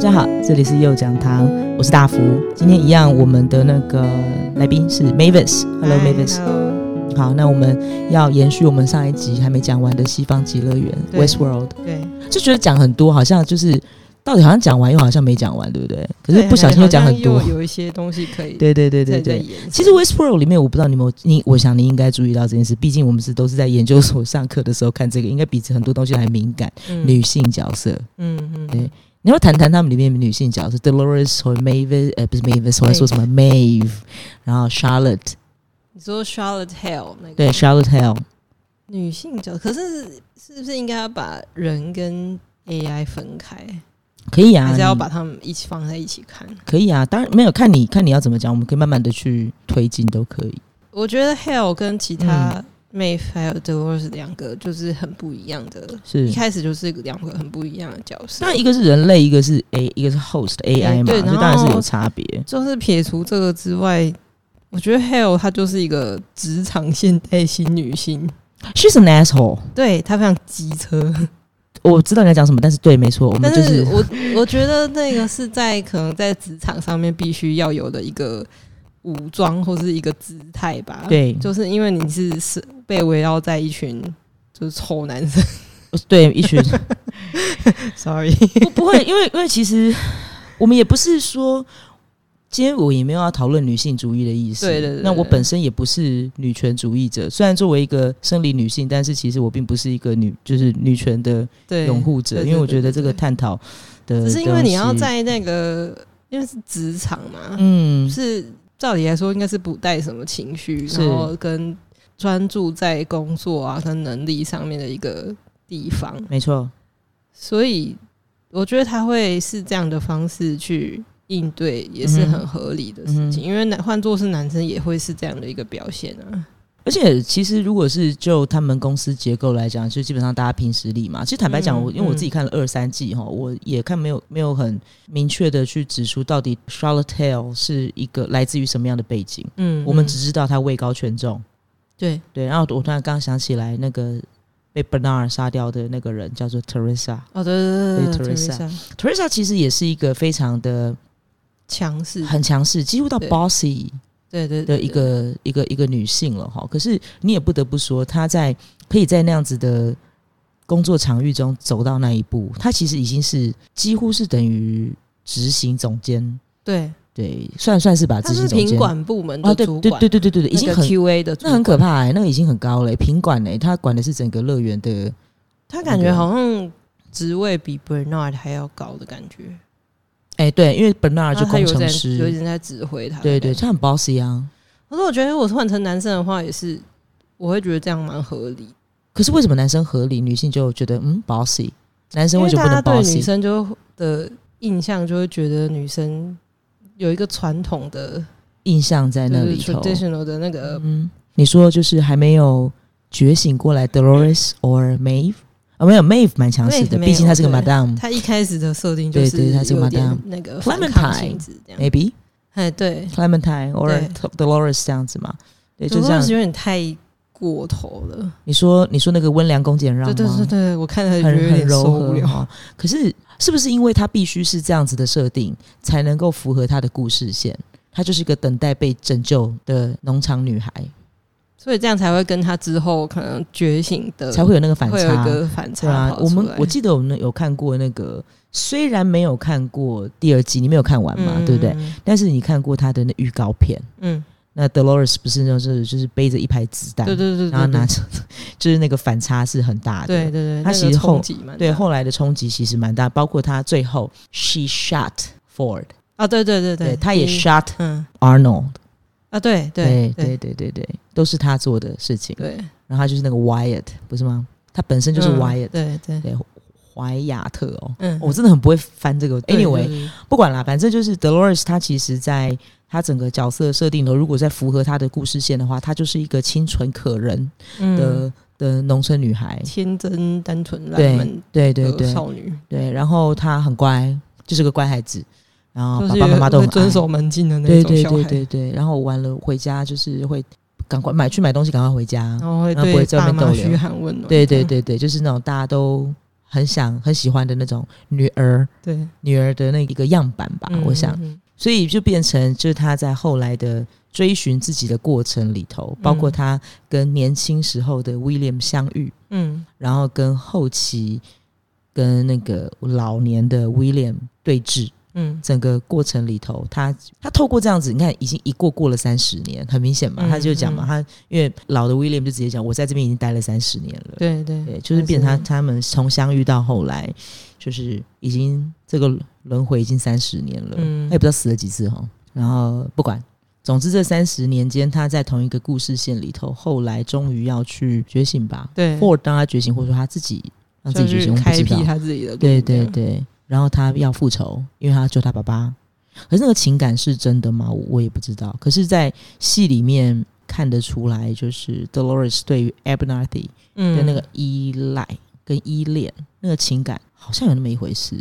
家好，这里是右讲堂，我是大福。今天一样，我们的那个来宾是 Mavis。Hello Mavis。 Hello 好，那我们要延续我们上一集还没讲完的西方极乐园对 West World，对，就觉得讲很多，好像就是到底好像讲完又好像没讲完，对不对？可是对不小心又讲好很像多又。有一些东西可以对对对对再再对。延伸。其实 West World 里面，我不知道你们有你，我想你应该注意到这件事，毕竟我们是都是在研究所上课的时候看这个，应该比很多东西还敏感。嗯女性角色，嗯嗯对你要谈谈他们里面的女性角色，Dolores 和 Mavis，呃，不是 Mavis，我还说什么 Maeve，然后 Charlotte，你说 Charlotte Hale 那个对 Charlotte Hale，女性角，可是是不是应该要把人跟 AI 分开，可以啊，还是要你把他们一起放在一起看？可以啊，当然没有看你看你要怎么讲，我们可以慢慢的去推进都可以。我觉得 Hale 跟其他嗯 Maeve 还有 Dolores 两个就是很不一样的，是一，开始就是两个很不一样的角色当。然一个是人类，一个是 A，一个是 host AI 嘛，对这然后当然是有差别。就是撇除这个之外，我觉得 Hale 她就是一个职场现代新女性， She's an asshole，对她非常机车。我知道你在讲什么，但是对，没错，我们但嗯就是是我我 觉得那个是在可能在职场上面必须要有的一个武装或是一个姿态吧。，对，就是因为你是是被围绕在一群就是臭男生 对一群，sorry，不不会，因为因为其实我们也不是说，今天我也没有要讨论女性主义的意思。对对对那我本身也不是女权主义者，虽然作为一个生理女性，但是其实我并不是一个女就是女权的对，拥护者，对对因为我觉得对对这个探讨的只是因为你要东西在那个因为是职场嘛，嗯是照理来说应该是不带什么情绪，是然后跟专注在工作啊跟能力上面的一个地方，没错，所以我觉得他会是这样的方式去应对，也是嗯哼嗯很合理的事情。因为男换作是男生也会是这样的一个表现啊。而且其实如果是就他们公司结构来讲，就基本上大家凭实力嘛。其实坦白讲，嗯我因为我嗯自己看了二三季哈，我也看没有没有很明确的去指出到底 Charlotte Hale 是一个来自于什么样的背景。嗯我们只知道他位高权重，对对。然后我突然刚想起来，那个被 Bernard 杀掉的那个人叫做 Teresa。哦对对对对对 Teresa ，Teresa Teresa 其实也是一个非常的强势，很强势，几乎到对 bossy 对对的一个一个一个女性了哈。可是你也不得不说，她在可以在那样子的工作场域中走到那一步，她其实已经是几乎是等于执行总监，对，对，算算是吧，他执行是总品监。管部门哦，的对主对管，对对对对对，已经那个很 QA 的主那管，很可怕、欸，那个已经很高了、欸，品管嘞、欸，他管的是整个乐园的，他感觉好像职位比 Bernard 还要高的感觉，哎、对，因为 Bernard 就然后他工啊有程点有师，点在指挥他，对对，。他很 bossy 啊。可是我觉得我换成男生的话，也是我会觉得这样蛮合理的可是为什么男生合理，女性就觉得嗯 bossy，男生因为什为么不大能家对女 bossy？生就的印象就会觉得女生有一个传统的，印象在就那是里头。 traditional 的那个，嗯，你说就是还没有觉醒过来，Dolores or Maeve 啊，没有 Maeve 蛮强势的， Maeve 没有毕竟她是个对 Madam，maybe 她一开始的设定就对对她是有点 Madame 那个反抗性质这样，哎对， Clementine or 对 Dolores 这样子嘛？对，就这样是。有点太过头了，你说你说那个温良恭俭让吗？对对对对，我看了觉得很有很点柔受不和了，哈。可是是不是因为它必须是这样子的设定，才能够符合它的故事线？她就是一个等待被拯救的农场女孩，所以这样才会跟她之后可能觉醒的才会有那个反呃会有一差。个反对差啊，跑我出们来。我记得我们有看过那个，虽然没有看过第二季，你没有看完嘛，嗯对不对？？嗯但是你看过她的那预告片，嗯，那 Dolores 不是就是就是背着一排子弹，对对对对，然后拿对着，就是那个反差是很大的。对对对，她那个其实后冲击蛮对，大后来的冲击其实蛮大，包括他最后 she shot Ford，啊，对对对对，他也嗯 shot 嗯 Arnold，啊，对对对对对对对，都是他做的事情。对，然后他就是那个 Wyatt，不是吗？他本身就是嗯 Wyatt，、对对，对，怀亚特哦。嗯我真的很不会翻这个。对 Anyway，对对不管啦，反正就是 Dolores，她其实在她整个角色设定的，如果在符合她的故事线的话，她就是一个清纯可人嗯的、的农村女孩。天真单纯对浪漫对对的对少女，对，然后她很乖，就是个乖孩子，然后就爸是哦爸妈妈都会很爱遵守门禁的那对种对小对孩，对对，然后完了回家就是会赶快买去买东西，赶快回家。然后会然后不会对在外爸面妈逗留嘘寒问暖，对对，对对，就是那种大家都很想很喜欢的那种女儿对女儿的那一个样板吧，啊我想，嗯所以就变成就是他在后来的追寻自己的过程里头，包括嗯他跟年轻时候的威廉相遇，嗯然后跟后期跟那个老年的威廉对峙，嗯整个过程里头，他他透过这样子，你看已经一过过了三十年，很明显嘛，嗯他就讲嘛，嗯他因为老的威廉就直接讲，我在这边已经待了三十年了，对对对，就是变成他他们从相遇到后来，就是已经这个轮回已经三十年了，嗯他哎也不知道死了几次哈。然后不管，总之这三十年间，他在同一个故事线里头，后来终于要去觉醒吧，对，或者当他觉醒，或者说他自己让自己觉就醒，是我们不开知道辟。他自己的路，对对这样，对，然后他要复仇，因为他救他爸爸。可是那个情感是真的吗？我我也不知道。可是，在戏里面看得出来，就是 Dolores 对于 Abernathy 嗯跟那个依赖跟依恋那个情感，好像有那么一回事。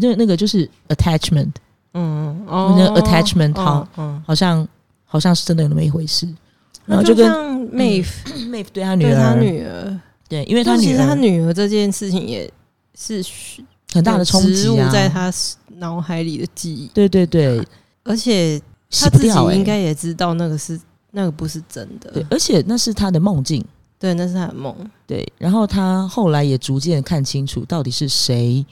那那个就是 attachment，嗯那哦个 attachment 哦嗯，好像好像是真的有那么一回事。然那后就跟像 Maeve Maeve 对他女对儿，他女儿，对因为他但其女实儿他女儿这件事情也是需很大的冲植击入啊，在他脑海里的记忆，对对对，而且洗他不自己掉、欸，应该也知道那个是那个不是真的，对，而且那是他的梦境，对，那是他的梦，对。然后他后来也逐渐看清楚，到底是谁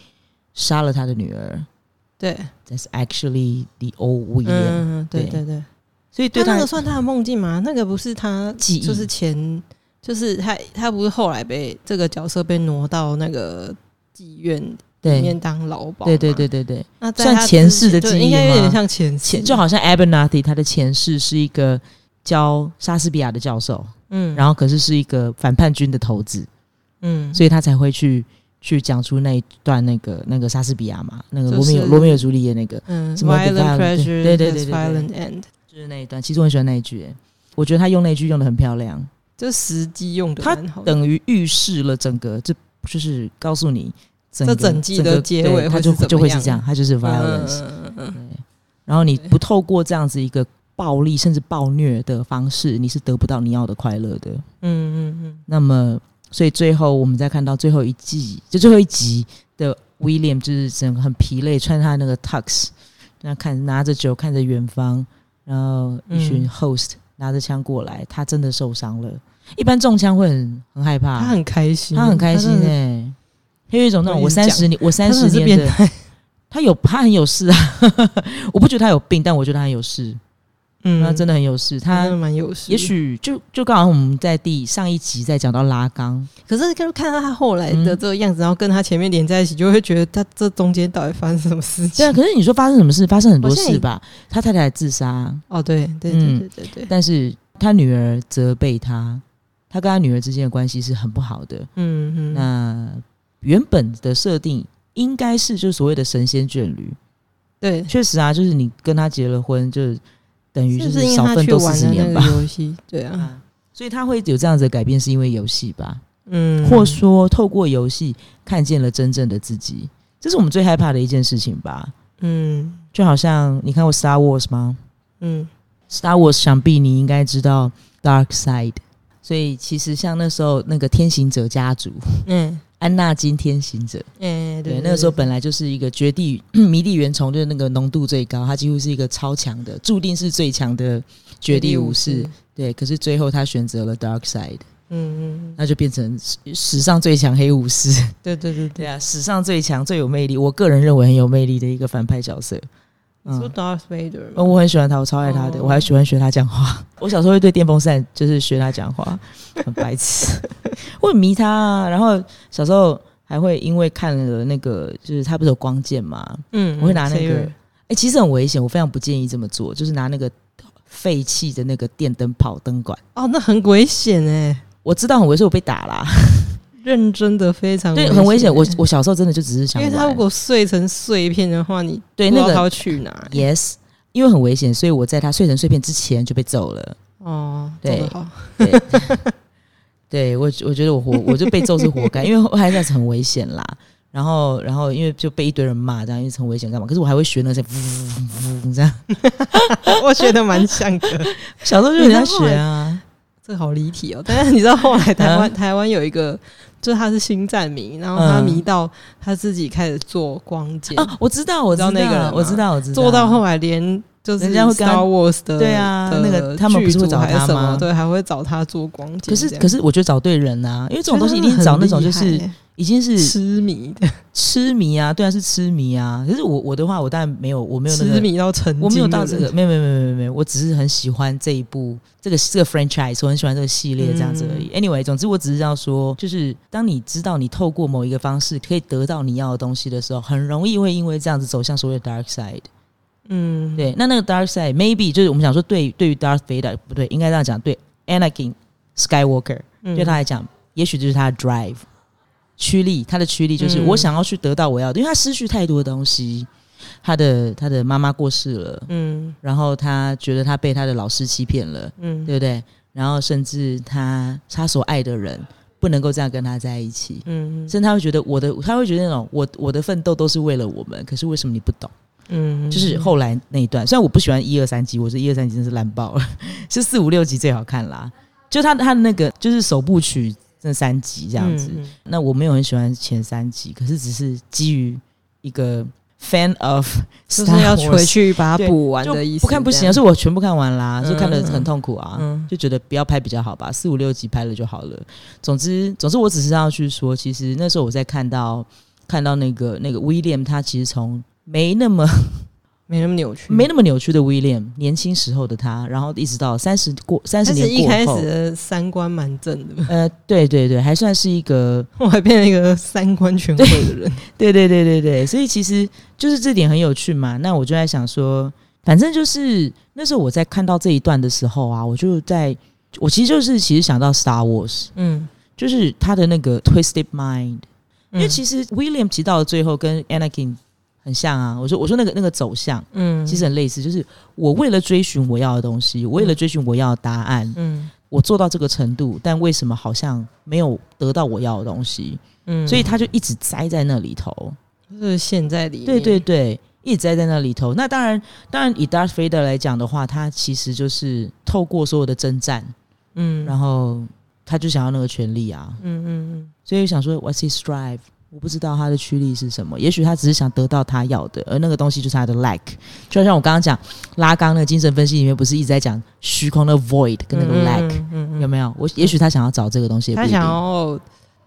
杀了他的女儿。对， That's actually the old William，、嗯，对对对对，所以对他他那个算他的梦境吗？那个不是他记忆就是前，就是他他不是后来被这个角色被挪到那个妓院里对面当劳保，对对对，对对，那在他算前世的之前记忆对应该有吗点像前世，前就好像 Abernathy 他的前世是一个教莎士比亚的教授，嗯，然后可是是一个反叛军的头子，嗯，所以他才会去去讲出那一段那个那个莎士比亚嘛，那个就罗密欧是罗密欧与朱丽叶那个嗯什么 violent violent- pressure，对对对 has 对对 violent end，就是那一段。其实我很喜欢那一句、欸，我觉得他用那一句用的很漂亮，就时机用的他蛮好的，等于预示了整个，这就是告诉你整这个整季的整个结对尾他会就是怎么就会是样这样，他就是嗯 violence。嗯嗯嗯对，然后你不透过这样子一个暴力甚至暴虐的方式，你是得不到你要的快乐的。嗯嗯那么，所以最后我们再看到最后一季，就最后一集的 William 就是整个很疲累，穿他那个 tux，那看拿着酒看着远方，然后一群嗯 host 拿着枪过来，他真的受伤了。一般中枪会很很害怕，他很开心，啊他很开心真哎、的他有一种那种我我跟你三讲十年我三十他真的是年的 变态，他有他很有事啊， 我不觉得他有病，但我觉得他很有事，嗯他真的很有事。他真的他蛮有事，也许就就刚好我们在第上一集在讲到拉缸，可是就看到他后来嗯的这个样子，然后跟他前面连在一起，就会觉得他这中间到底发生什么事对情啊。？可是你说发生什么事？发生很多好像也事吧。他太太自杀，哦，对对嗯对对对对，但是他女儿责备他，他跟他女儿之间的关系是很不好的。嗯嗯，那原本的设定应该是就是所谓的神仙眷侣，对，确实啊，就是你跟他结了婚，就等于就是因为少他奋去斗四玩十的年那吧个。游戏？对啊，啊所以他会有这样子的改变，是因为游戏吧？嗯，或说透过游戏看见了真正的自己，这是我们最害怕的一件事情吧？嗯就好像你看过《Star Wars》吗？嗯， 《Star Wars》想必你应该知道 Dark Side，所以其实像那时候那个天行者家族，嗯安纳金天行者，哎，对，对，那个时候本来就是一个绝地 迷地原虫，就是那个浓度最高，它几乎是一个超强的，注定是最强的绝地武士。，对，可是最后他选择了 Dark Side，嗯嗯，那就变成史史上最强黑武士。 对对对对对。啊，史上最强、最有魅力，我个人认为很有魅力的一个反派角色。你说嗯， Darth Vader 呃吗？我很喜欢他，我超爱他的，哦我还喜欢学他讲话。 我小时候会对电风扇就是学他讲话，很白痴， 我很迷他、啊。然后小时候还会因为看了那个，就是他不是有光剑嘛？嗯，我会拿那 Saber 个，哎、其实很危险，我非常不建议这么做，就是拿那个废弃的那个电灯泡灯管。哦，那很危险哎，我知道很危险，我被打啦，认真的非常对，很危险。欸我我小时候真的就只是因想为它如玩，果碎成碎片的话，你对不知那道个它会去哪？ Yes，因为很危险，所以我在他碎成碎片之前就被揍了。哦，对做得好， 对我，我觉得我活，我就被揍是活该，因为我还在很危险啦。然后，然后因为就被一堆人骂，这样因为很危险干嘛？可是我还会学那些呜呜呜这样，我觉得蛮像的。 小时候就有人家学啊。这好离题哦。 但是你知道后来台湾、台湾有一个，就是他是星战迷，然后他嗯迷到他自己开始做光检，哦，我知道，我知道那个人吗我知道，我知道，做到后来连就是人家会跟他 Star Wars 的对啊的那个他们不是会找他吗剧组还是什么对，还会找他做光检可是这样。可是我觉得找对人啊，因为这种东西一定找那种就是觉得已经他们很厉害耶是痴迷的，痴迷啊，对啊是痴迷啊。可是我我的话，我当然没有，我没有那痴个，迷到沉，我没有到这个，没有没有没有没有没有，我只是很喜欢这一部这个这个 franchise，我很喜欢这个系列这样子而已。anyway，总之嗯我只是要说，就是当你知道你透过某一个方式可以得到你要的东西的时候，很容易会因为这样子走向所谓的 dark side。嗯，对，那那个 Dark Side maybe 就是我们想说对，对于 Darth Vader 不对，应该这样讲，对 Anakin Skywalker 嗯，对他来讲，也许就是他的 drive 驱力，他的驱力就是嗯我想要去得到我要的，因为他失去太多东西，他的他的妈妈过世了，嗯然后他觉得他被他的老师欺骗了，嗯对不对？然后甚至他他所爱的人不能够这样跟他在一起，嗯甚至他会觉得我的他会觉得那种我我的奋斗都是为了我们，可是为什么你不懂？嗯，就是后来那一段，虽然我不喜欢一二三集，我是一二三集真是烂爆了， 是四五六集最好看啦。就他他的那个就是首部曲这三集这这样子，那我没有很喜欢前三集，可是只是基于一个 fan of，就是要 Star Wars 回去把它对补完就的意思，不看不行啊，这是我全部看完啦，嗯就看得很痛苦啊。样，嗯就觉得不要拍比较好吧，四五六集拍了就好了。总之，总之，我只是要去说，其实那时候我在看到看到那个那个 William，他其实从没那 么没那么扭曲，没那么扭曲的 William，年轻时候的他，然后一直到三十过三十但是年一开过后始，的三观蛮正的，呃，对对对，还算是一个，我还变成一个三观全会的 人。对对对对对，所以其实就是这点很有趣嘛。那我就在想说，反正就是那时候我在看到这一段的时候啊，我就在，我其实就是其实想到 Star Wars，嗯，就是他的那个 Twisted Mind，因为其实 William 其实到了最后跟 Anakin 很像啊。我说我说那个那个走向。嗯，其实很类似，就是我为了追寻我要的东西，我为了追寻我要的答案，嗯我做到这个程度，但为什么好像没有得到我要的东西？嗯，所以他就一直栽在那里头。就是现在里面对对对，一直栽在那里头。那当然，当然以 Darth Vader 来讲的话，他其实就是透过所有的征战，嗯，然后他就想要那个权利啊。嗯嗯所以想说，What's his drive？我不知道他的驱力是什么，也许他只是想得到他要的，而那个东西就是他的 lack。就好像我刚刚讲拉冈那个精神分析里面，不是一直在讲虚空的 void 跟那个 lack、嗯嗯有没有？我也许他想要找这个东西也不他一定，想要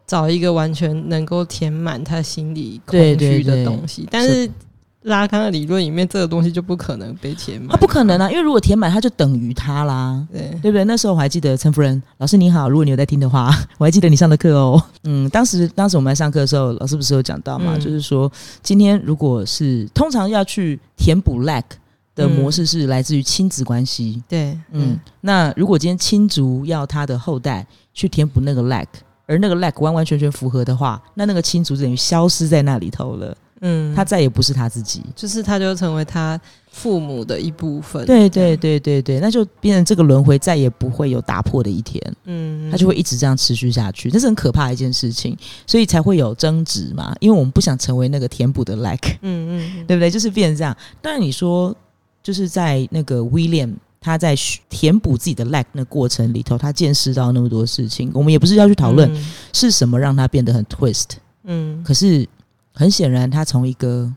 找一个完全能够填满他心里空对对虚的对东西，但是拉康的理论里面，这个东西就不可能被填 满。他不可能啊，因为如果填满，他就等于他啦。对，对不对？那时候我还记得陈夫人老师您好，如果你有在听的话， 我还记得你上的课哦。嗯，当时当时我们在上课的时候，老师不是有讲到嘛，嗯就是说今天如果是通常要去填补 lack 的模式是来自于亲子关系。对，嗯，那如果今天亲族要他的后代去填补那个 lack，而那个 lack 完完全全符合的话，那那个亲族等于消失在那里头了，嗯，他再也不是他自己。就是他就成为他父母的一部分。对对对对对，那就变成这个轮回再也不会有打破的一天。嗯，嗯，它就会一直这样持续下去，这是很可怕的一件事情，所以才会有争执嘛，因为我们不想成为那个填补的 like，嗯嗯，嗯对不对？就是变成这样。当然你说，就是在那个 William 他在学填补自己的 like 那过程里头，他见识到那么多事情，我们也不是要去讨论，是什么让他变得很 twist，嗯，嗯可是很显然，他从一个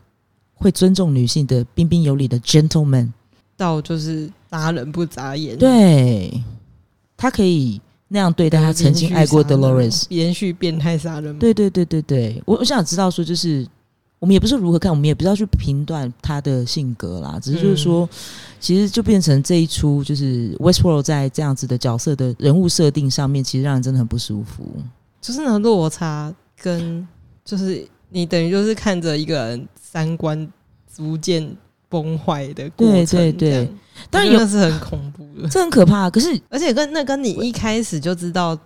会尊重女性的彬彬有礼的 gentleman 到就是砸人不砸眼，对，他可以那样对待他曾经爱过的 Dolores。连续变态杀人，，对对对对对，我我想知道说，就是我们也不是如何看，我们也不是要去评断他的性格啦，只是就是说，嗯其实就变成这一出就是 Westworld 在这样子的角色的人物设定上面，其实让人真的很不舒服。就是那个落差跟就是你等于就是看着一个人三观逐渐崩坏的过对程，对对这样，当然我觉有得是很恐怖 的，这很可怕，可是而且跟那跟你一开始就知道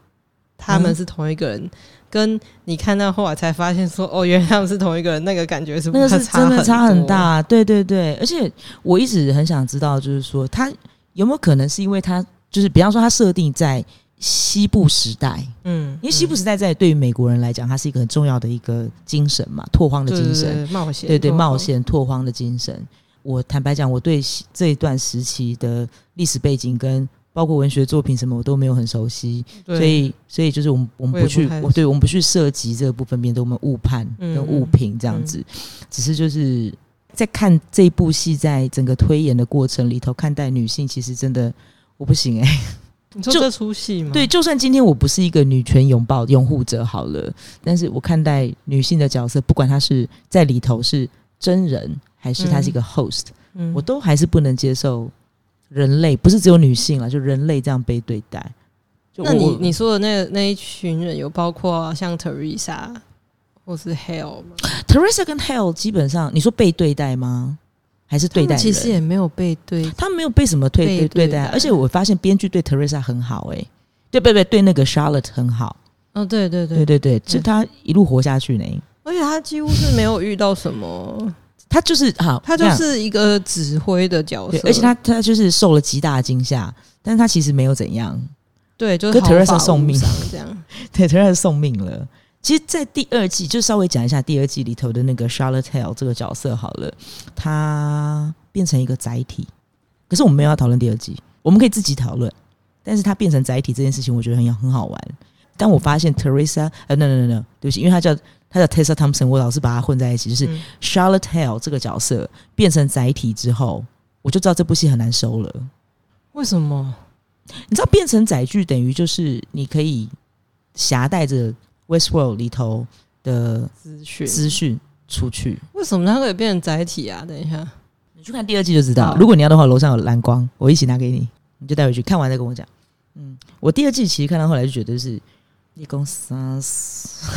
他们是同一个人。跟你看到后来才发现说，哦，原来他们是同一个人，那个感觉是那个是真的差差很多。大，对对对，而且我一直很想知道，就是说他有没有可能是因为他就是比方说他设定在西部时代。嗯，因为西部时代在对于美国人来讲，它是一个很重要的一个精神嘛，拓荒的嗯对精对神。对冒险，对对，冒险拓荒的精神。我坦白讲，我对西这一段时期的历史背景跟包括文学作品什么，我都没有很熟悉，哦对所以所以就是我们我我们不也不去，太我对我们不去涉及这个部分，免得我们误判嗯跟误评这样子。只是就是在看这部戏，在整个推演的过程里头，看待女性其实真的我不行哎、你说就这出戏吗？对，，就算今天我不是一个女权拥抱拥护者好了，但是我看待女性的角色，不管她是在里头是真人还是她是一个 host，、嗯我都还是不能接受人类，不是只有女性啦，就人类这样被对待。就那我你你说的那那一群人有包括像 Teresa 或是 Hale 吗？ Teresa 跟 Hell 基本上，你说被对待吗？还是对待他们其人？实也没有被对，他没有被什么对被对对对待，待而且我发现编剧对 Teresa 很好、欸，对不对？对那个 Charlotte 很好，哦，对对对对对，对，是他一路活下去呢。而且他几乎是没有遇到 什么，他就是好，他这就样是一个指挥的角对色，，而且他他就是受了极大的惊吓，但是他其实没有怎样， 对就是跟 Teresa 毫发送无命伤 这样，对，Teresa 送命了。其实，在第二季就稍微讲一下第二季里头的那个 Charlotte Hale 这个角色好了，她变成一个载体，可是我们没有要讨论第二季，我们可以自己讨论。但是她变成载体这件事情，我觉得很有很好玩。当我发现 Teresa，呃，no no no no，对不起，因为她叫她叫 Tessa Thompson，我老是把她混在一起，就是嗯 Charlotte Hale 这个角色变成载体之后，我就知道这部戏很难收了。为什么？你知道变成载具等于就是你可以携带着 Westworld 里头的资讯资讯出去。为什么它可以变成载体啊？等一 下，你去看第二季就知道好。如果你要的话，楼上有蓝光，我一起拿给你，你就带回去看完再跟我讲。嗯，我第二季其实看到后来就觉得是一共三十，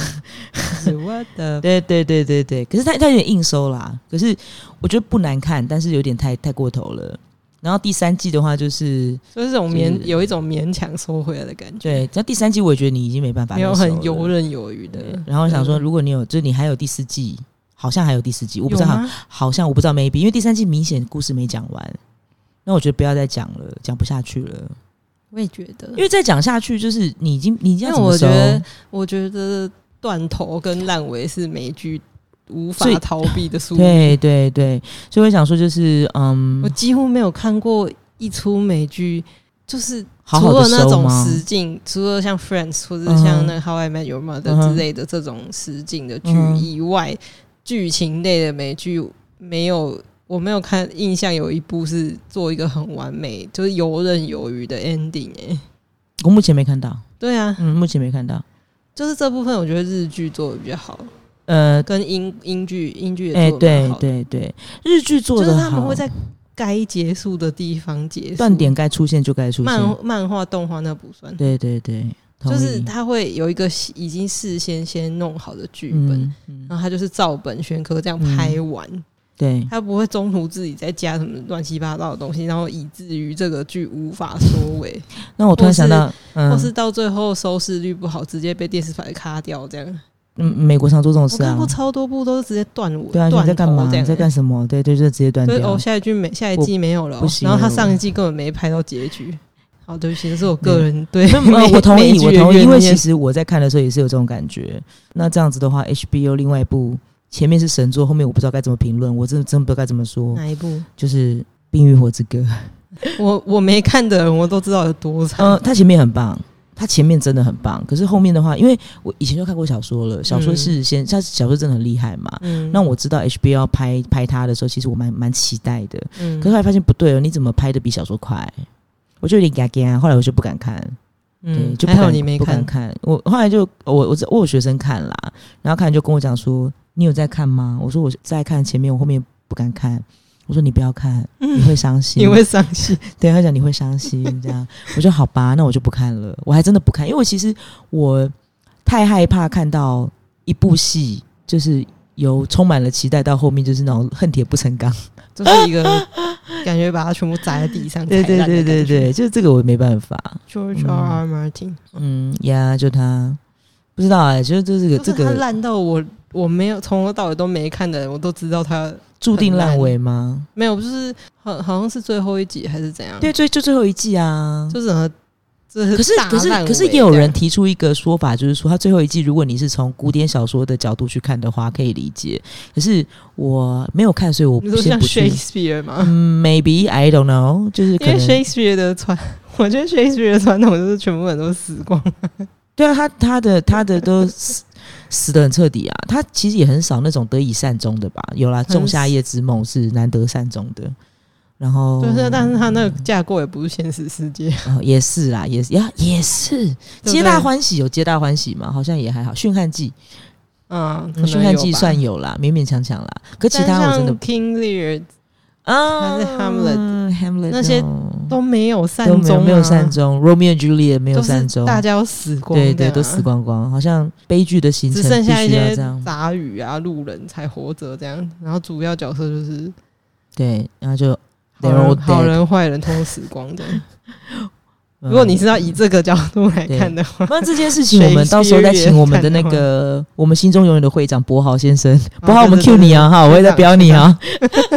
是我的对对对对对。可是它它有点硬收啦，可是我觉得不难看，但是有点太太过头了。然后第三季的话，就是就是这种勉是有一种勉强收回来的感觉，对，那第三季我也觉得你已经没办法没有再收很了游刃有余的对。，然后想说，嗯如果你有，就是你还有第四季，好像还有第四季，我我不知道好，好像我不知道 maybe，因为第三季明显故事没讲完，那我觉得不要再讲了，讲不下去了，我也觉得，因因为再讲下去就是你已经你已经要但怎么我觉收得，我觉得断头跟烂尾是美剧无法所以逃避的宿命。对对对，所以我想说就是嗯我，几乎没有看过一出美剧，就是好好除的了那收种吗实境，除了像 Friends 或者嗯哼像那个 How I Met Your Mother 嗯哼之类的这种实境的剧嗯哼以外，剧情类的美剧没有。我没有看，印象有一部是做一个很完美，就是游刃有余的 ending 哎、我目前没看到，对啊，嗯，目前没看到，就是这部分我觉得日剧做的比较好，呃，跟英英剧英剧也哎、做得蛮对好的，对对，日剧做就的是他们会在该结束的地方结束。断点该出现就该出现，漫漫画、动画那不算，对对对，同就意是他会有一个已经事先先弄好的剧本，嗯嗯，然后他就是照本宣科这样拍完，对，他不会中途自己再加什么乱七八糟的东西，然后以至于这个剧无法收尾，那我突或然想是到，嗯，或是到最后收视率不好，直接被电视台卡掉这样。嗯，美国常做这种我事看啊过。超多部都是直接断尾，对啊，你断在干嘛？头这你样在干什么？对对，就直接断所以掉哦，。下一句没下一季没有了哦、不行然后他了上一季根本没拍到结局。好，对不起，这是我个人对没有没有 我同意，我同意，因为其实实我在看的时候也是有这种感觉。那这样子的话，HBO 另外一部前面是神作，后面我不知道该怎么评论，我真的真不知道该怎么说，哪一部就是《冰与火之歌》。我我没看的人，我都知道有多惨。呃，它前面很棒，它前面真的很棒，可是后面的话，因为我以前就看过小说了，小说是先，它小说真的很厉害嘛。嗯那我知道 HBO 要拍拍它的时候，其实我蛮蛮期待的。嗯可是后来发现不对哦，你怎么拍的比小说快？我就有点嘎嘎，后来我就不敢看。对，嗯，就不还好敢你没不敢看，看。我后来就我我我有学生看啦，然后看就跟我讲说：“你有在看吗？”我说：“我在看前面，我后面不敢看。”我说：“你不要看，你嗯，会伤 心。你会伤心。对他讲你会伤心，这样我就好吧，那我就不看了。我还真的不看，因为我其实我太害怕看到一部戏就是。由充满了期待到后面就是那种恨铁不成钢，就 是一个感觉把它全部砸在地上，对对对对对，就是这个我没办法， ，George R R Martin，嗯呀，就他不知道哎、就是就这个就是这他个烂到我我没有从头到尾都没看的人，我都知道他注定很烂烂尾吗？没有，就是好好像是最后一集还是怎样，对，，最就最后一季啊。就是很这可是大可是烂可是尾也有这样人提出一个说法，就是说它最后一季，如果你是从古典小说的角度去看的话，可以理解。可是我没有看，所以我你说先像不去。 Shakespeare 吗？嗯，maybe I don't know，就是因可为能 Shakespeare 的传 我觉得学习的传统就是全部人都死光，对啊，他他的他的都死死的很彻底啊。他其实也很少那种得以善终的吧？有啦，《很仲夏夜之梦》是难得善终的，然后就是但是他那个架构也不是现实世界，呃也是啦，也是呀也是，对皆大欢喜有皆大欢喜嘛，好像也还好。《驯悍记》嗯，可嗯《能驯悍记有》吧算有啦，勉勉强强啦。可其但他我真的像 King Lear 啊还是 Hamlet Hamlet 那些 no 都没有善都没有终，没有善，终，Romeo and Juliet 没有都是善终，大家都死光，啊对对都死，光光，好像悲剧的形只成剩必下一须要些这样，杂鱼啊、路人才活着这样，然后主要角色就是对，然后就 They're 好人 all 好 dead 人坏人通死光的。嗯如果你是要以这个角度来看的话，那这件事情，我 们到时候再请我们的那个我们心中永远的会长博豪先生，博豪我们哦对对 Q 对你啊哈，我会再学标长你啊。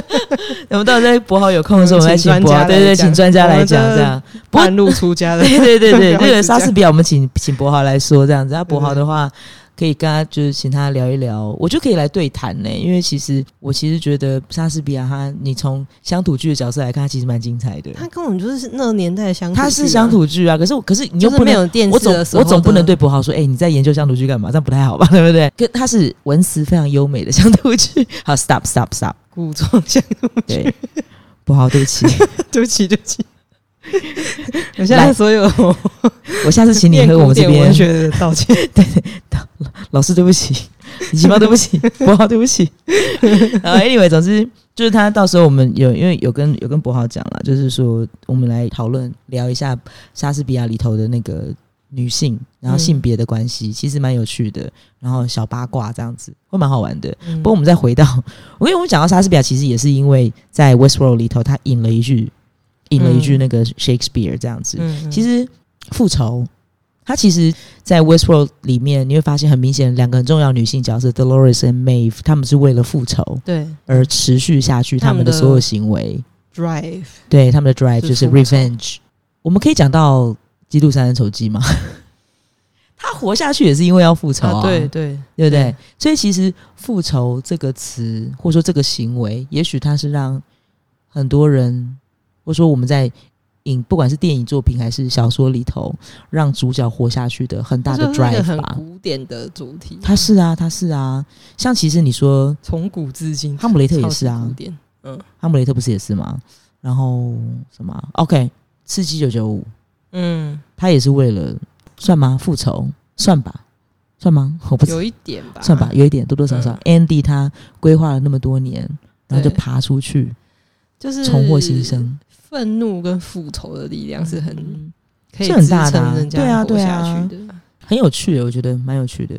我们到时候在博豪有空的时候，我们再请请博豪，专家对对来对，讲请专家我来们讲这这样。不半路出 家 的，对对对对，不那要一个直莎士讲比亚，我们请请博豪来说这样子。那对博豪的嗯话， 可以跟他就是请他聊一聊，我就可以来对谈呢、因为其实我其实觉得莎士比亚他，你从乡土剧的角色来看，他其实蛮精彩的。他根本就是那个年代的乡土剧啊，他是乡土剧啊，可是我可是你就又是不没能有电我视总的时候我总不能的 对博豪说，哎、你在研究乡土剧干嘛？这样不太好吧， 对不对？跟他是文词非常优美的乡土剧。好，stop stop stop，古装乡土剧，对，博豪，对不起，对不起对不 起，我现在所有我下次请你念喝我古们这典边文学的 道歉，老师对不 起，李奇猫对不起，博豪对不起。然后 anyway，总之就是他到时候我们有因为有跟有跟博豪讲了，就是说我们来讨论聊一下莎士比亚里头的那个女性，然后嗯性别的关系，其实蛮有趣的，然后小八卦这样子会蛮好玩的。不过我们再回到，我跟我们讲到莎士比亚，其实也是因为在 Westworld 里头，他引了一句，引了一句嗯那个 Shakespeare 这样子。嗯其实复仇，它其实，在 Westworld 里面，你会发现很明显，两个很重要女性角色 Dolores 和 Maeve，她们是为了复仇对而持续下去她她们们的的所有行为， drive 对她们的 drive 是就是复仇 revenge。我们可以讲到《基督山恩仇记》吗？ 他活下去也是因为要复仇啊，对对对不对对？所以其实“复仇”这个词，或者说这个行为，也许它是让很多人，或者说我们在影，不管是电影作品还是小说里头，让主角活下去的很大的它就是一个 drive 很吧。古典的主题，他是啊，他是啊。像其实你说从古至今，哈姆雷特也是啊超级古典， 《哈姆雷特》不是也是吗？然后什么啊？OK，《刺激九九五》嗯，他也是为了算吗？复仇算吧，算吗？我不知道。有一点吧，嗯算吧，有一点多多少少。Andy 他规划了那么多年，然后就对爬出去，就是重获新。生，愤怒跟复仇的力量是很嗯可以是很大的啊支撑人对啊家活对下啊去的，很有趣的，我觉得蛮有趣的。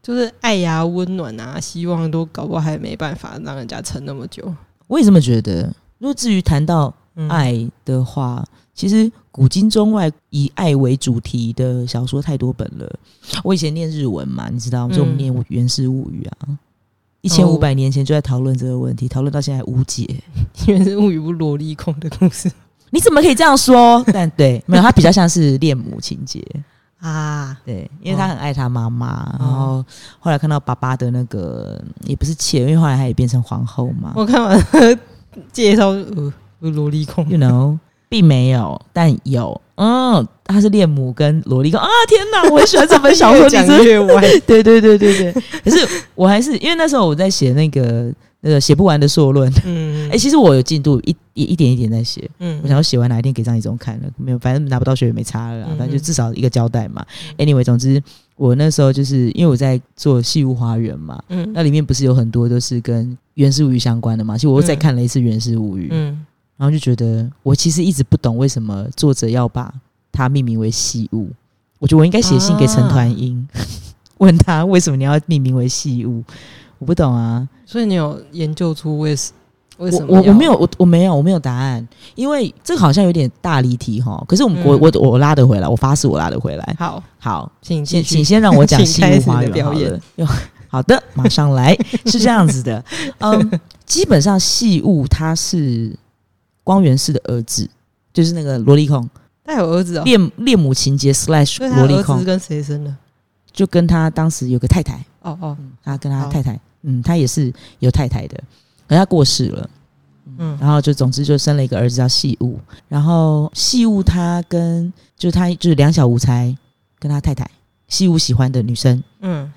就是爱呀、温暖啊、希望都搞不好还没办法让人家撑那么久。我也这么觉得。如果至于谈到嗯，爱的话，其实古今中外以爱为主题的小说太多本了。我以前念日文嘛，你知道，就我们嗯念《源氏物语》啊，一千五百年前就在讨论这个哦问题，讨论到现在无解。因为是物语不萝莉控的故事你怎么可以这样说？ 但对，没有，它比较像是恋母情节。啊，对，因为他哦很爱他妈妈，然哦后后来看到爸爸的那个也不是妾，因为后来他也变成皇后嘛我看完了介绍，呃，不萝莉控，you know，并没有，但有，嗯，他是恋母跟萝莉控啊！天哪，我很喜欢这本小说， 越你讲真的越 歪，对对对对对，可是我还是因为那时候我在写那个那个写不完的硕论，嗯哎、，其实我有进度，一一一点一点在写，嗯我想要写完哪一天给张一中看了，没有，反正拿不到学也没差了啦，嗯反正就至少一个交代嘛。Anyway，总之我那时候就是因为我在做《戏屋花园》嘛，嗯那里面不是有很多都是跟《源氏物语》相关的嘛？其实我又再嗯看了一次《源氏物语》嗯，然后就觉得我其实一直不懂为什么作者要把它命名为戏物。我觉得我应该写信给陈团英，啊 问他为什么你要命名为戏物。我不懂啊，所以你有研究出为什为什我么我要我没有我我没有我没有答案，因为这个好像有点大离题哈。可是我们、嗯我我我我拉得回来，我发誓我拉得回来。好，好，请先继请续先让我讲《西请开屋始花你园的》表好演了。哟 好的，马上来，是这样子的， 嗯，基本上细物他是光源氏的儿子，就是那个萝莉控他有儿子哦，恋恋母情节 slash 所以他萝莉儿子是控，跟谁生的？就跟他当时有个太太，哦哦，他跟他好太太，嗯，他也是有太太的，可他过世了，嗯，嗯然后就总之就生了一个儿子叫细雾，然后细雾他跟就是他就是两小无猜跟他太太细雾喜欢的女生，嗯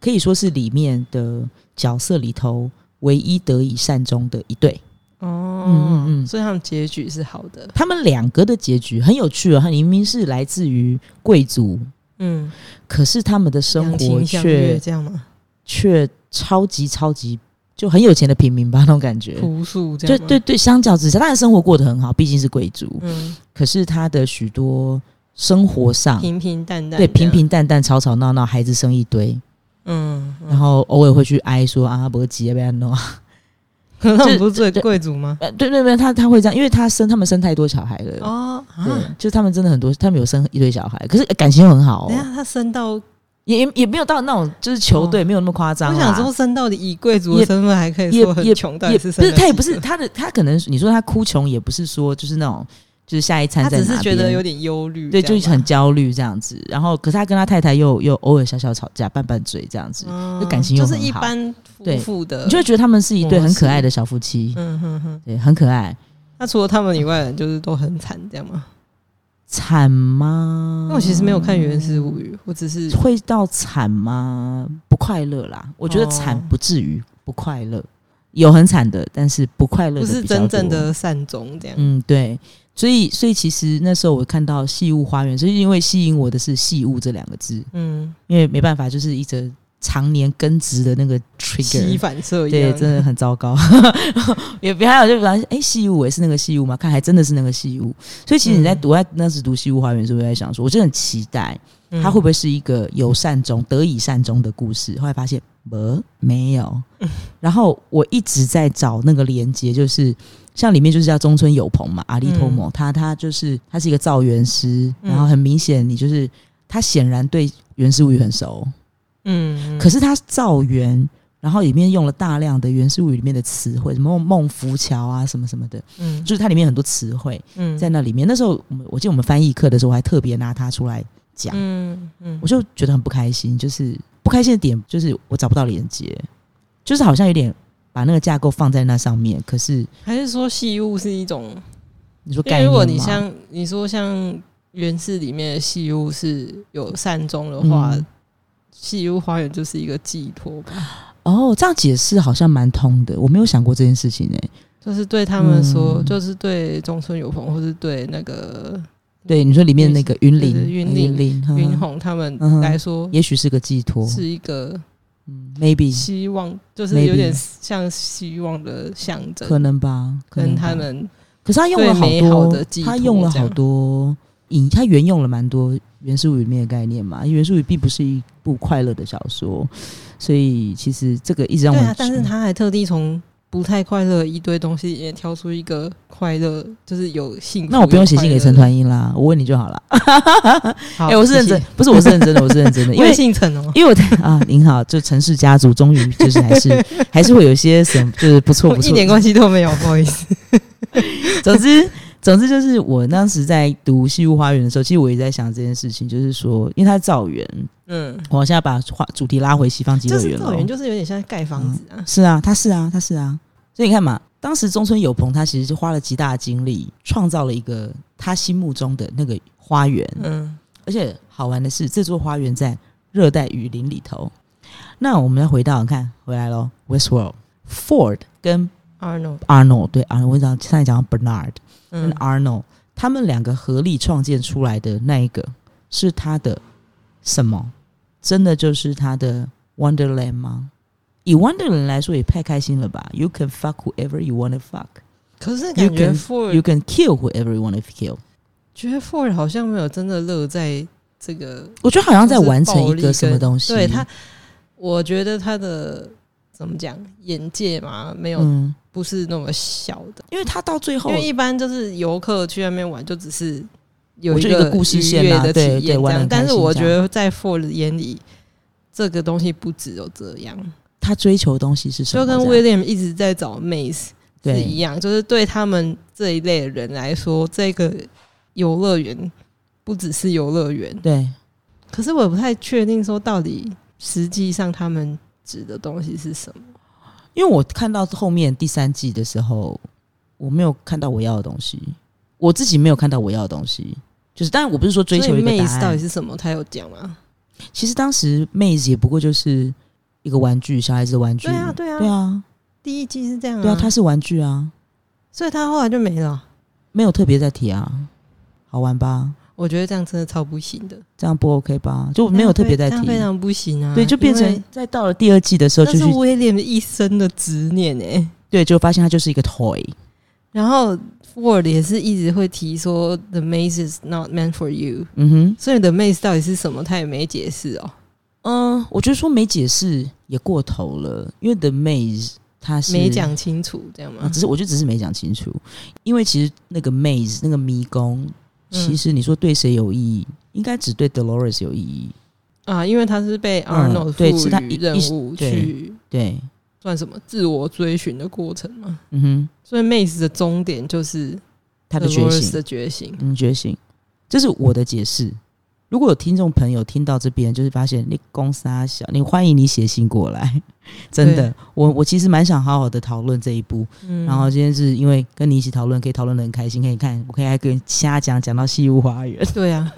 可以说是里面的角色里头唯一得以善终的一对。哦嗯嗯嗯所以他们结局是好的，他们两个的结局很有趣哦，他明明是来自于贵族，嗯，可是他们的生两活情相悦却这样吗？却超级超级就很有钱的平民吧，那种感觉。朴素这对样吗，对对，相较之下，当然生活过得很好，毕竟是贵族。嗯，可是他的许多生活上，平平淡啊淡，对平，平淡淡、吵吵闹闹，孩子生一堆，嗯，嗯然后偶尔会去哀说啊，伯吉要不要弄啊？可 是他们就不是最就贵族吗？呃对对对，他他会这样，因为他生他们生太多小孩了。哦对啊，，就他们真的很多，他们有生一堆小孩，可是呃感情很好、等一下哦，他升到，我也也也没有到那种就是球队、没有那么夸张啦。哦想说升到底以贵族的啊也身份还可以也说很也穷，到底也是不升是到他也几不是个，他的他可能你说他哭穷也不是说就是那种就是下一餐他在只哪边，是觉得有点忧虑这对，样吧，就是很焦虑这样子。然后可是他跟他太太又又偶尔小小吵架，拌拌嘴这样子，嗯，就感情又就是很一好般夫对妇的，你就会觉得他们是一对模很可式爱的小夫妻，嗯哼哼。对，很可爱。那除了他们以外，人就是都很惨，这样吗？惨吗嗯那？我其实没有看《源氏物语》，我只是会到惨吗？不快乐啦，我觉得惨哦不至于不快乐，有很惨的，但是不快乐不的是比较真正多。的善终这样。嗯，对。所以，所以其实那时候我看到“细雾花园”，就是因为吸引我的是“细雾”这两个字，嗯，因为没办法，就是一直常年根植的那个 trigger 吸反射一对，样。真的很糟糕。 也不还有就比方，哎，戏物也是那个戏物吗？看还真的是那个戏物。所以其实你在嗯读在那时读《戏物花园》的时候，我在想说，我真的很期待嗯它会不会是一个有善终、得以善终的故事。后来发现没没有，嗯然后我一直在找那个连接，就是。像里面就是叫中村有朋嘛，阿利托摩，他他就是他是一个造园师，嗯然后很明显你就是他显然对源氏物语很熟，嗯，可是它造园，然后里面用了大量的原始物语里面的词汇，什么孟福桥啊，什么什么的，嗯就是它里面很多词汇嗯在那里面。那时候我们我记得我们翻译课的时候，我还特别拿它出来讲，嗯嗯我就觉得很不开心，就是不开心的点就是我找不到连接，就是好像有点把那个架构放在那上面，可是还是说戏物是一种，你说因概为念如果你吗像你说像原氏里面的戏物是有善终的话嗯，戏物花园就是一个寄托吧，哦，这样解释好像蛮通的，我没有想过这件事情诶、欸就是对他们说，嗯就是对中村有朋，或是对那个对，你说里面那个云对林，对云林林，呵呵云，红他们嗯哼来说，也许是个寄托，是一个嗯，maybe 希望，就是有 Maybe 点像希望的象征，可能吧，可能跟吧他们可是他用了好对美好多，的寄托他用了这样好多引，他原用了蛮多原始物语里面的概念嘛。因为原始物语并不是一部快乐的小说，所以其实这个一直让对我啊很，但是他还特地从不太快乐的一堆东西里面挑出一个快乐，就是有幸福。那我不用写信给陈团，团英啦，我问你就好 了。好哎、我是认真，，不是我是认真的，我是认真的，因因为为。姓陈哦，因为我在啊，您好，就陈氏家族终于就是还 是还是会有一些什么，就是不错我不错，一点关系都没有，不好 意思。总之，总之就是我当时在读《西屋花园》的时候，其实我也在想这件事情，就是说，因为它是造园，嗯，我现在把话主题拉回西方极就乐是园造了哦园，。就是有点像盖房子啊。是啊，他是啊，他是啊。所以你看嘛，当时中村有朋他其实就花了极大的精力，创造了一个他心目中的那个花园。嗯而且好玩的是，这座花园在热带雨林里头。那我们要回到你看回来喽，Westworld。Ford 跟，Arnold， Arnold 对 Arnold，我讲上一讲到 Bernard 跟嗯 Arnold，、他们两个合力创建出来的那一个是他的什么？真的就是他的 Wonderland 吗？以 Wonderland 来说也太开心了吧！You can fuck whoever you wanna fuck, 可是感 You 觉 can- Ford， you can kill whoever you wanna kill。觉得 Ford 好像没有真的乐在这个我觉得好像在就是完成一暴力个什么跟东西。对他，我觉得他的怎么讲，眼界嘛，没有、嗯，不是那么小的，因为他到最后啊因为一般就是游客去那边玩，就只是有我一就一个故事线啊愉悦的体验对对这玩得样。很但开是心我这觉样得在 Ford 的眼里，这个东西不只有这样，他追求的东西是什么？就跟这样 William 一直在找 Mace 是对一样，就是对他们这一类的人来说，这个游乐园不只是游乐园，对，可是我也不太确定说到底实际上他们指的东西是什么。因为我看到后面第三季的时候，我没有看到我要的东西，我自己没有看到我要的东西。就是，当然我不是说追求一所个以答 Maze 到底案。是什么？他有讲吗？其实当时妹子也不过就是一个玩具，小孩子的玩具。对啊，对啊，嗯对啊，第一季是这样对啊，它是玩具啊，所以他后来就没了。没有特别在提啊，好玩吧？我觉得这样真的超不行的，这样不 OK 吧？就哦没有特别在这提样，非常不行啊。对，就变因成为在到了第二季的时候那就是去威廉一生的执念哎、对，就发现它就是一个 toy。然后 Word 也是一直会提说 The maze is not meant for you，嗯哼，所以 The maze 到底是什么，他也没解释哦。嗯，我觉得说没解释也过头了，因为 The Maze 它是没讲清楚，这样啊，吗？只是我就只是没讲清楚，因为其实那个 maze 那个迷宫，嗯其实你说对谁有意义，应该只对 Dolores 有意义。啊，因为他是被嗯 Arnold 赋对是他予一任一时务对去对，算什么自我追寻的过程嘛。嗯哼，所以 Maze 的终点就是他的 The 觉 Lords 醒，的觉醒。嗯，觉醒，这是我的解释。如果有听众朋友听到这边，就是发现你公杀小，你欢迎你写信过来。真的，我我其实蛮想好好的讨论这一部，嗯然后今天是因为跟你一起讨论，可以讨论的很开心，可以看，我可以还跟瞎讲讲到西屋花园。对啊，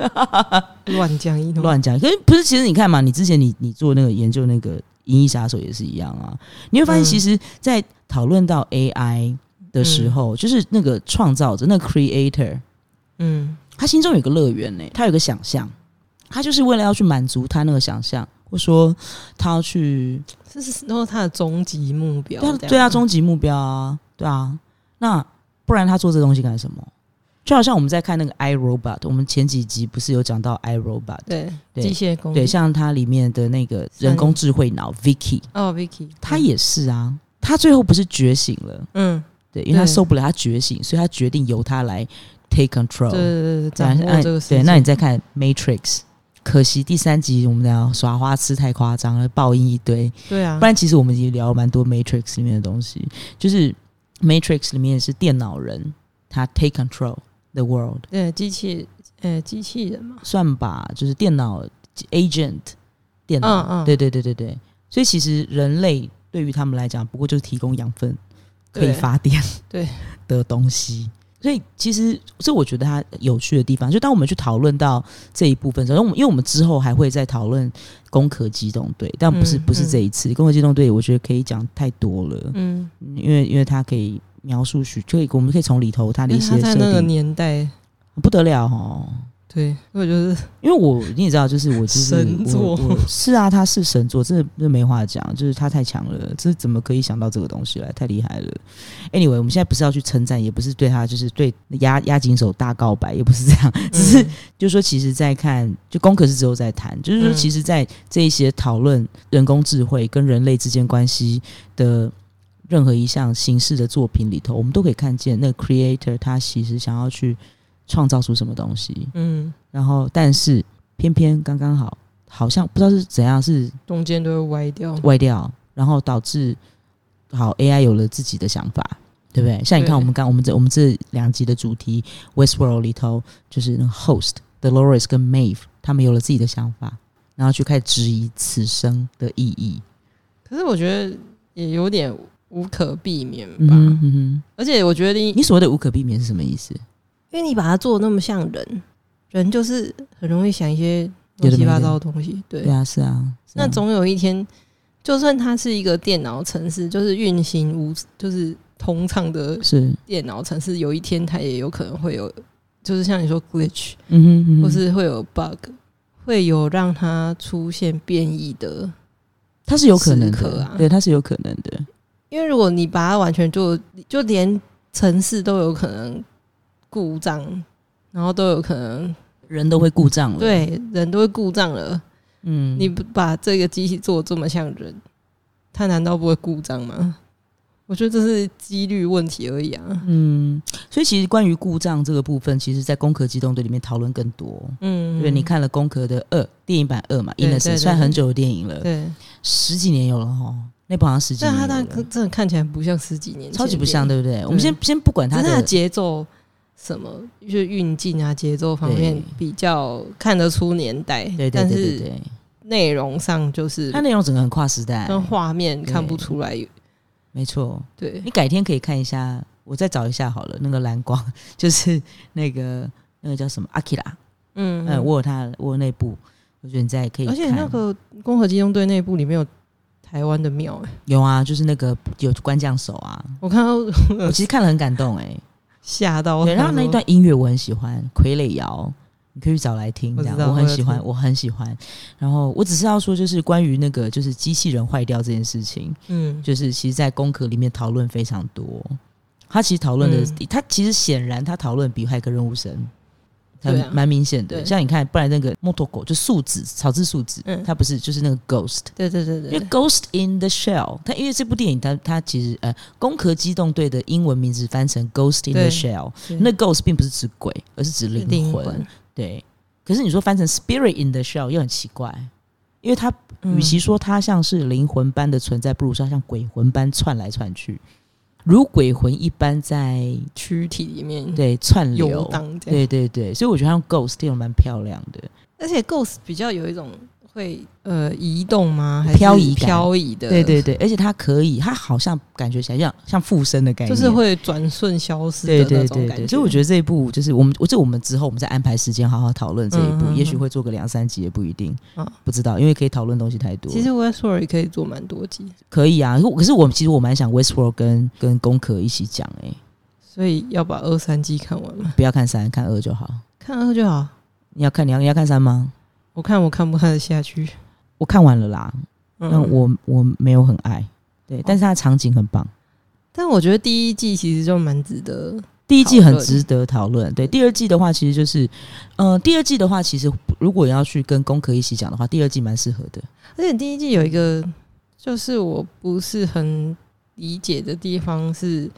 乱讲一通。乱讲。可是不是？其实你看嘛，你之前你你做那个研究那个《银翼杀手》也是一样啊。你会发现，嗯其实，在讨论到 AI 的时候，就是那个创造者，那个 creator，嗯他心中有个乐园呢，他有个想象，他就是为了要去满足他那个想象，或说他要去这是然后他的终极目标对啊，这样对啊，终极目标啊，对啊。那不然他做这东西干什么？就好像我们在看那个《I Robot》，我们前几集不是有讲到《I Robot》？对对机械工对，像它里面的那个人工智慧脑 Vicky，哦，Vicky，他也是啊，他最后不是觉醒了，嗯，对，因为他对受不了他觉醒，所以他决定由他来 take 对 control。对对对，对啊掌握这个那世界对，那你再看 Matrix，可惜第三集我们俩耍花痴太夸张了，爆音一堆。对啊不，然其实我们已经聊了蛮多 Matrix 里面的东西，就是 Matrix 里面是电脑人他 take control the world，对机器，呃，机器人嘛，算吧，就是电脑 agent 电脑，嗯嗯对对对对对，所以其实人类对于他们来讲，不过就是提供养分可以对发电对的东西。所以其实这我觉得它有趣的地方，就当我们去讨论到这一部分的时候，因为我们因为我们之后还会再讨论《攻壳机动队》，但不是、嗯不是这一次，攻壳机动队》我觉得可以讲太多了，嗯，嗯因为因为它可以描述许，可以我们可以从里头它的因一为他些在设那个定年代，不得了哦。对，我就是 因为我你也知道，就是我就是神我作我是啊，他是神作，真的真的没话讲，就是他太强了，这怎么可以想到这个东西来？太厉害了。Anyway，我们现在不是要去称赞，也不是对他就是对压压紧手大告白，也不是这样， 只是、嗯就是说，其实在看就功课是只有在谈，就是说，嗯其实，在这一些讨论人工智慧跟人类之间关系的任何一项形式的作品里头，我们都可以看见那个 creator 他其实想要去创造出什么东西。嗯，然后但是偏偏刚刚好，好像不知道是怎样是中间都会歪掉，歪掉，然后导致好 AI 有了自己的想法，对不对？像你看对我们刚我们这我们这两集的主题《Westworld》里头，就是那个 host Dolores 跟 Maeve 他们有了自己的想法，然后就开始质疑此生的意义。可是我觉得也有点无可避免嗯吧，哼嗯哼，而且我觉得你你所谓的无可避免是什么意思？因为你把它做的那么像人，人就是很容易想一些有的乱没七的八糟的东西。对，对啊，是啊，是啊那总有一天，就算它是一个电脑城市，就是运行无就是通畅的是，电脑城市，有一天它也有可能会有，就是像你说 glitch，嗯哼，嗯哼或是会有 bug，会有让它出现变异的。它是有可能时刻的，啊对，它是有可能的，因为如果你把它完全就就连城市都有可能故障，然后都有可能人都会故障了。，对人都会故障了。嗯，你不把这个机器做得这么像人，它难道不会故障吗？我觉得这是几率问题而已啊。嗯，所以其实关于故障这个部分，其实在《攻壳机动队》里面讨论更多。嗯，因为你看了《攻壳》的二电影版二嘛，《对 Innocent 对》对虽然很久的电影了，对，十几年有了哈，那部好像十几但年有它了那个真的看起来不像十几年前的电影，超级不像，对不对？我们先先不管只它是它的的，节奏什么，就是运镜啊、节奏方面对比较看得出年代，对对但对对是对，内容上就是哦它内容整个很跨时代，跟画面看不出来没错，对你改天可以看一下，我再找一下好了。那个蓝光 就是那个那个叫什么阿基拉，嗯嗯，我有他，我有那部，我觉得你再可以看。而且那个共和机动队内部里面有台湾的庙、欸，有啊，就是那个有关将手啊，我看到 我其实看了很感动哎、吓到，对，然后我想那一说段音乐我很喜欢，《傀儡谣》，你可以去找来听，我这知样道我我很有喜欢，听我很喜欢。然后我只是要说，就是关于那个就是机器人坏掉这件事情，嗯，就是其实，在功课里面讨论非常多。他其实讨论的，嗯他其实显然他讨论比骇客任务深，很对啊蛮明显的。对像你看，不然那个木头狗就树脂草字树脂，嗯它不是就是那个 ghost，对对对对因为《对 Ghost in the Shell》，它因为这部电影它，它其实呃，《攻壳机动队》的英文名字翻成《Ghost in the 对 Shell》，对那 Ghost 并不是指鬼，而是指灵魂。灵魂对，可是你说翻成《Spirit in the Shell》又很奇怪，因为它嗯与其说它像是灵魂般的存在，不如说它像鬼魂般窜来窜去，如鬼魂一般在躯体里面对窜嗯游流。荡这样，对对对，所以我觉得它用 Ghost 这种蛮漂亮的。而且 Ghost 比较有一种会呃移动吗？还是漂移感漂移的，对对对，而且它可以，它好像感觉起来像像附身的概念，就是会转瞬消失对的对那种对感对，觉。所以我觉得这一部就是我们，我这我们之后我们再安排时间好好讨论这一部，嗯嗯嗯也许会做个两三集也不一定，嗯不知道，因为可以讨论东西太多。其实 Westworld 也可以做蛮多集，可以啊，可可是我们其实我蛮想 Westworld 跟跟工壳一起讲哎、所以要把二三季看完嘛，不要看三，看二就好。看二就好。你要看你要你要看三吗？我看我看不看得下去？我看完了啦，嗯，哦但我我没有很爱，对，但是它的场景很棒。但我觉得第一季其实就蛮值得，第一季很值得讨论，对。第二季的话，其实就是，嗯、第二季的话，其实如果要去跟工壳一起讲的话，第二季蛮适合的。而且第一季有一个就是我不是很理解的地方是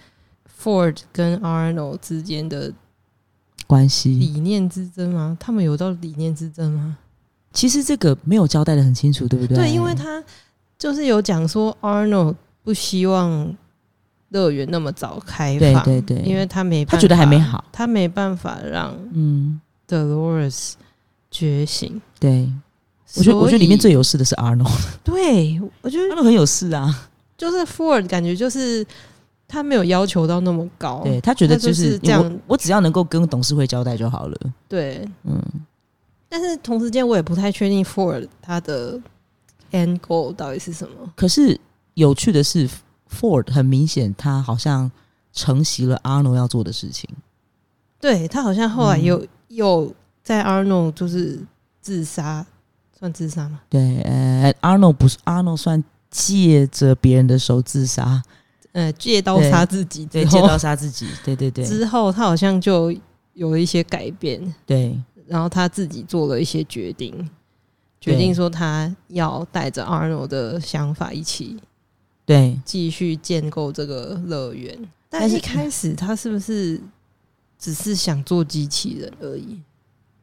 Ford 跟 Arnold 之间的关系理念之争吗？他们有到理念之争吗？其实这个没有交代的很清楚，对不对？对，因为他就是有讲说 Arnold 不希望乐园那么早开对放，对对，因为他没他办觉得还法没好，他没办法让嗯， Dolores 觉醒。对，我觉得我觉得里面最有事的是 Arnold，Arnold 对，我觉得很有事啊，就是 Ford 感觉就是他没有要求到那么高， 对他觉得他就是是这样我我只要能够跟董事会交代就好了，对嗯，但是同时间我也不太确定 Ford 他的 end goal 到底是什么。可是有趣的是，Ford 很明显他好像承袭了 Arnold 要做的事情，对他好像后来嗯有、有在 Arnold 就是自杀，算自杀吗？对，呃，Arnold 不是 Arnold 算借着别人的手自杀，呃，借刀杀自己对，之借后，刀杀自己，对对对之后他好像就有了一些改变，对，然后他自己做了一些决定，对决定说他要带着 Arnold 的想法一起对，继续建构这个乐园。但但是一开始他是不是只是想做机器人而已？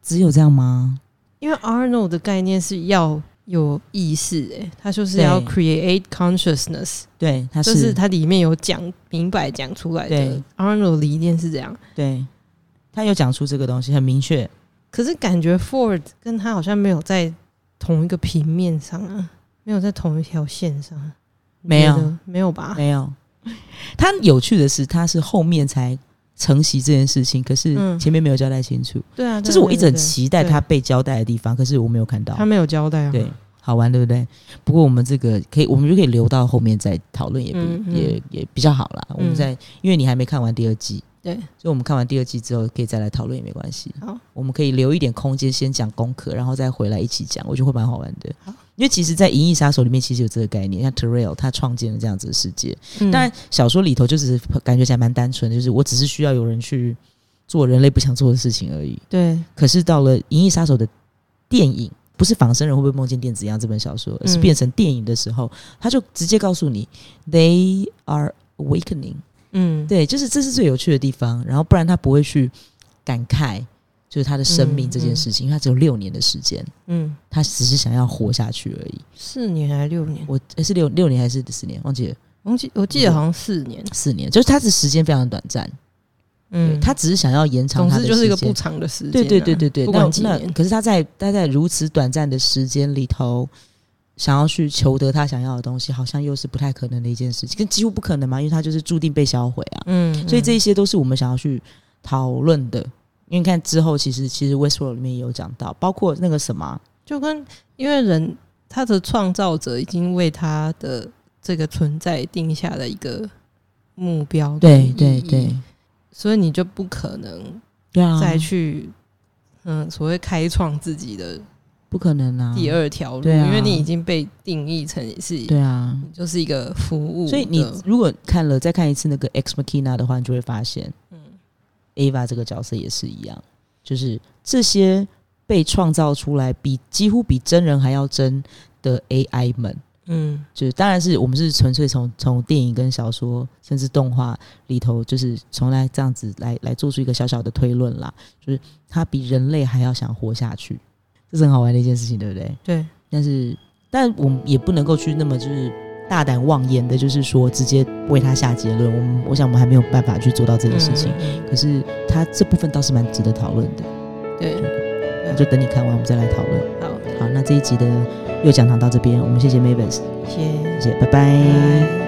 只有这样吗？因为 Arnold 的概念是要有意识、欸，他就是要对 create consciousness，对，他就是是它里面有讲明白讲出来的对。 Arnold 理念是这样，对，他有讲出这个东西，很明确。可是感觉 Ford 跟他好像没有在同一个平面上啊，没有在同一条线上啊，你没有觉得，没有吧？没有，他有趣的是，他是后面才承袭这件事情，可是嗯前面没有交代清楚。对啊，对啊这是我一直很对啊对啊期待他被交代的地方，可是我没有看到他。没有交代啊，对，好玩，对不对？不过我们这个可以，我们就可以留到后面再讨论，也比、嗯嗯也也比较好啦。我们再，因为你还没看完第二季。对所以我们看完第二季之后，可以再来讨论也没关系。好，我们可以留一点空间，先讲功课，然后再回来一起讲，我觉得会蛮好玩的好。因为其实，在《银翼杀手》里面，其实有这个概念，像 Terrell 他创建了这样子的世界。嗯当然，小说里头就只是感觉起来蛮单纯的，就是我只是需要有人去做人类不想做的事情而已。对，可是到了《银翼杀手》的电影，不是仿生人会不会梦见电子羊这本小说，而是嗯变成电影的时候，他就直接告诉你，They are awakening。嗯，对，就是这是最有趣的地方。然后不然他不会去感慨，就是他的生命这件事情，因为他只有六年的时间，嗯，他只是想要活下去而已。四年还是六年？我诶是六六年还是十年？忘记了，我记我记得好像四年，四年，就是他的时间非常短暂，对嗯，他只是想要延长总他的之就是一个时间不长的时间、啊，对对对对对，不那管几那年，可是他在他在如此短暂的时间里头，想要去求得他想要的东西，好像又是不太可能的一件事情，跟几乎不可能嘛，因为他就是注定被销毁啊。嗯所以这一些都是我们想要去讨论的。因为你看之后，其实其实 Westworld 里面也有讲到，包括那个什么啊，就跟因为人他的创造者已经为他的这个存在定下了一个目标，对对对，，所以你就不可能对啊，再去、嗯所谓开创自己的不可能啊，第二条路，对啊因为你已经被定义成是对啊，就是一个服务的，所以你如果看了再看一次那个 Ex Machina 的话，你就会发现，嗯，Ava 这个角色也是一样，就是这些被创造出来比几乎比真人还要真的 AI 们，嗯就是当然是我们是纯粹从从电影跟小说甚至动画里头，就是从来这样子来来做出一个小小的推论啦，就是它比人类还要想活下去，这是很好玩的一件事情，对不对？对，但是，但我们也不能够去那么就是大胆妄言的，就是说直接为他下结论。我们我想我们还没有办法去做到这件事情。嗯可是他这部分倒是蛮值得讨论的，对，那就等你看完我们再来讨论。嗯好，好，那这一集的又讲堂到这边，我们谢谢 Mavis，谢谢谢。谢，拜拜拜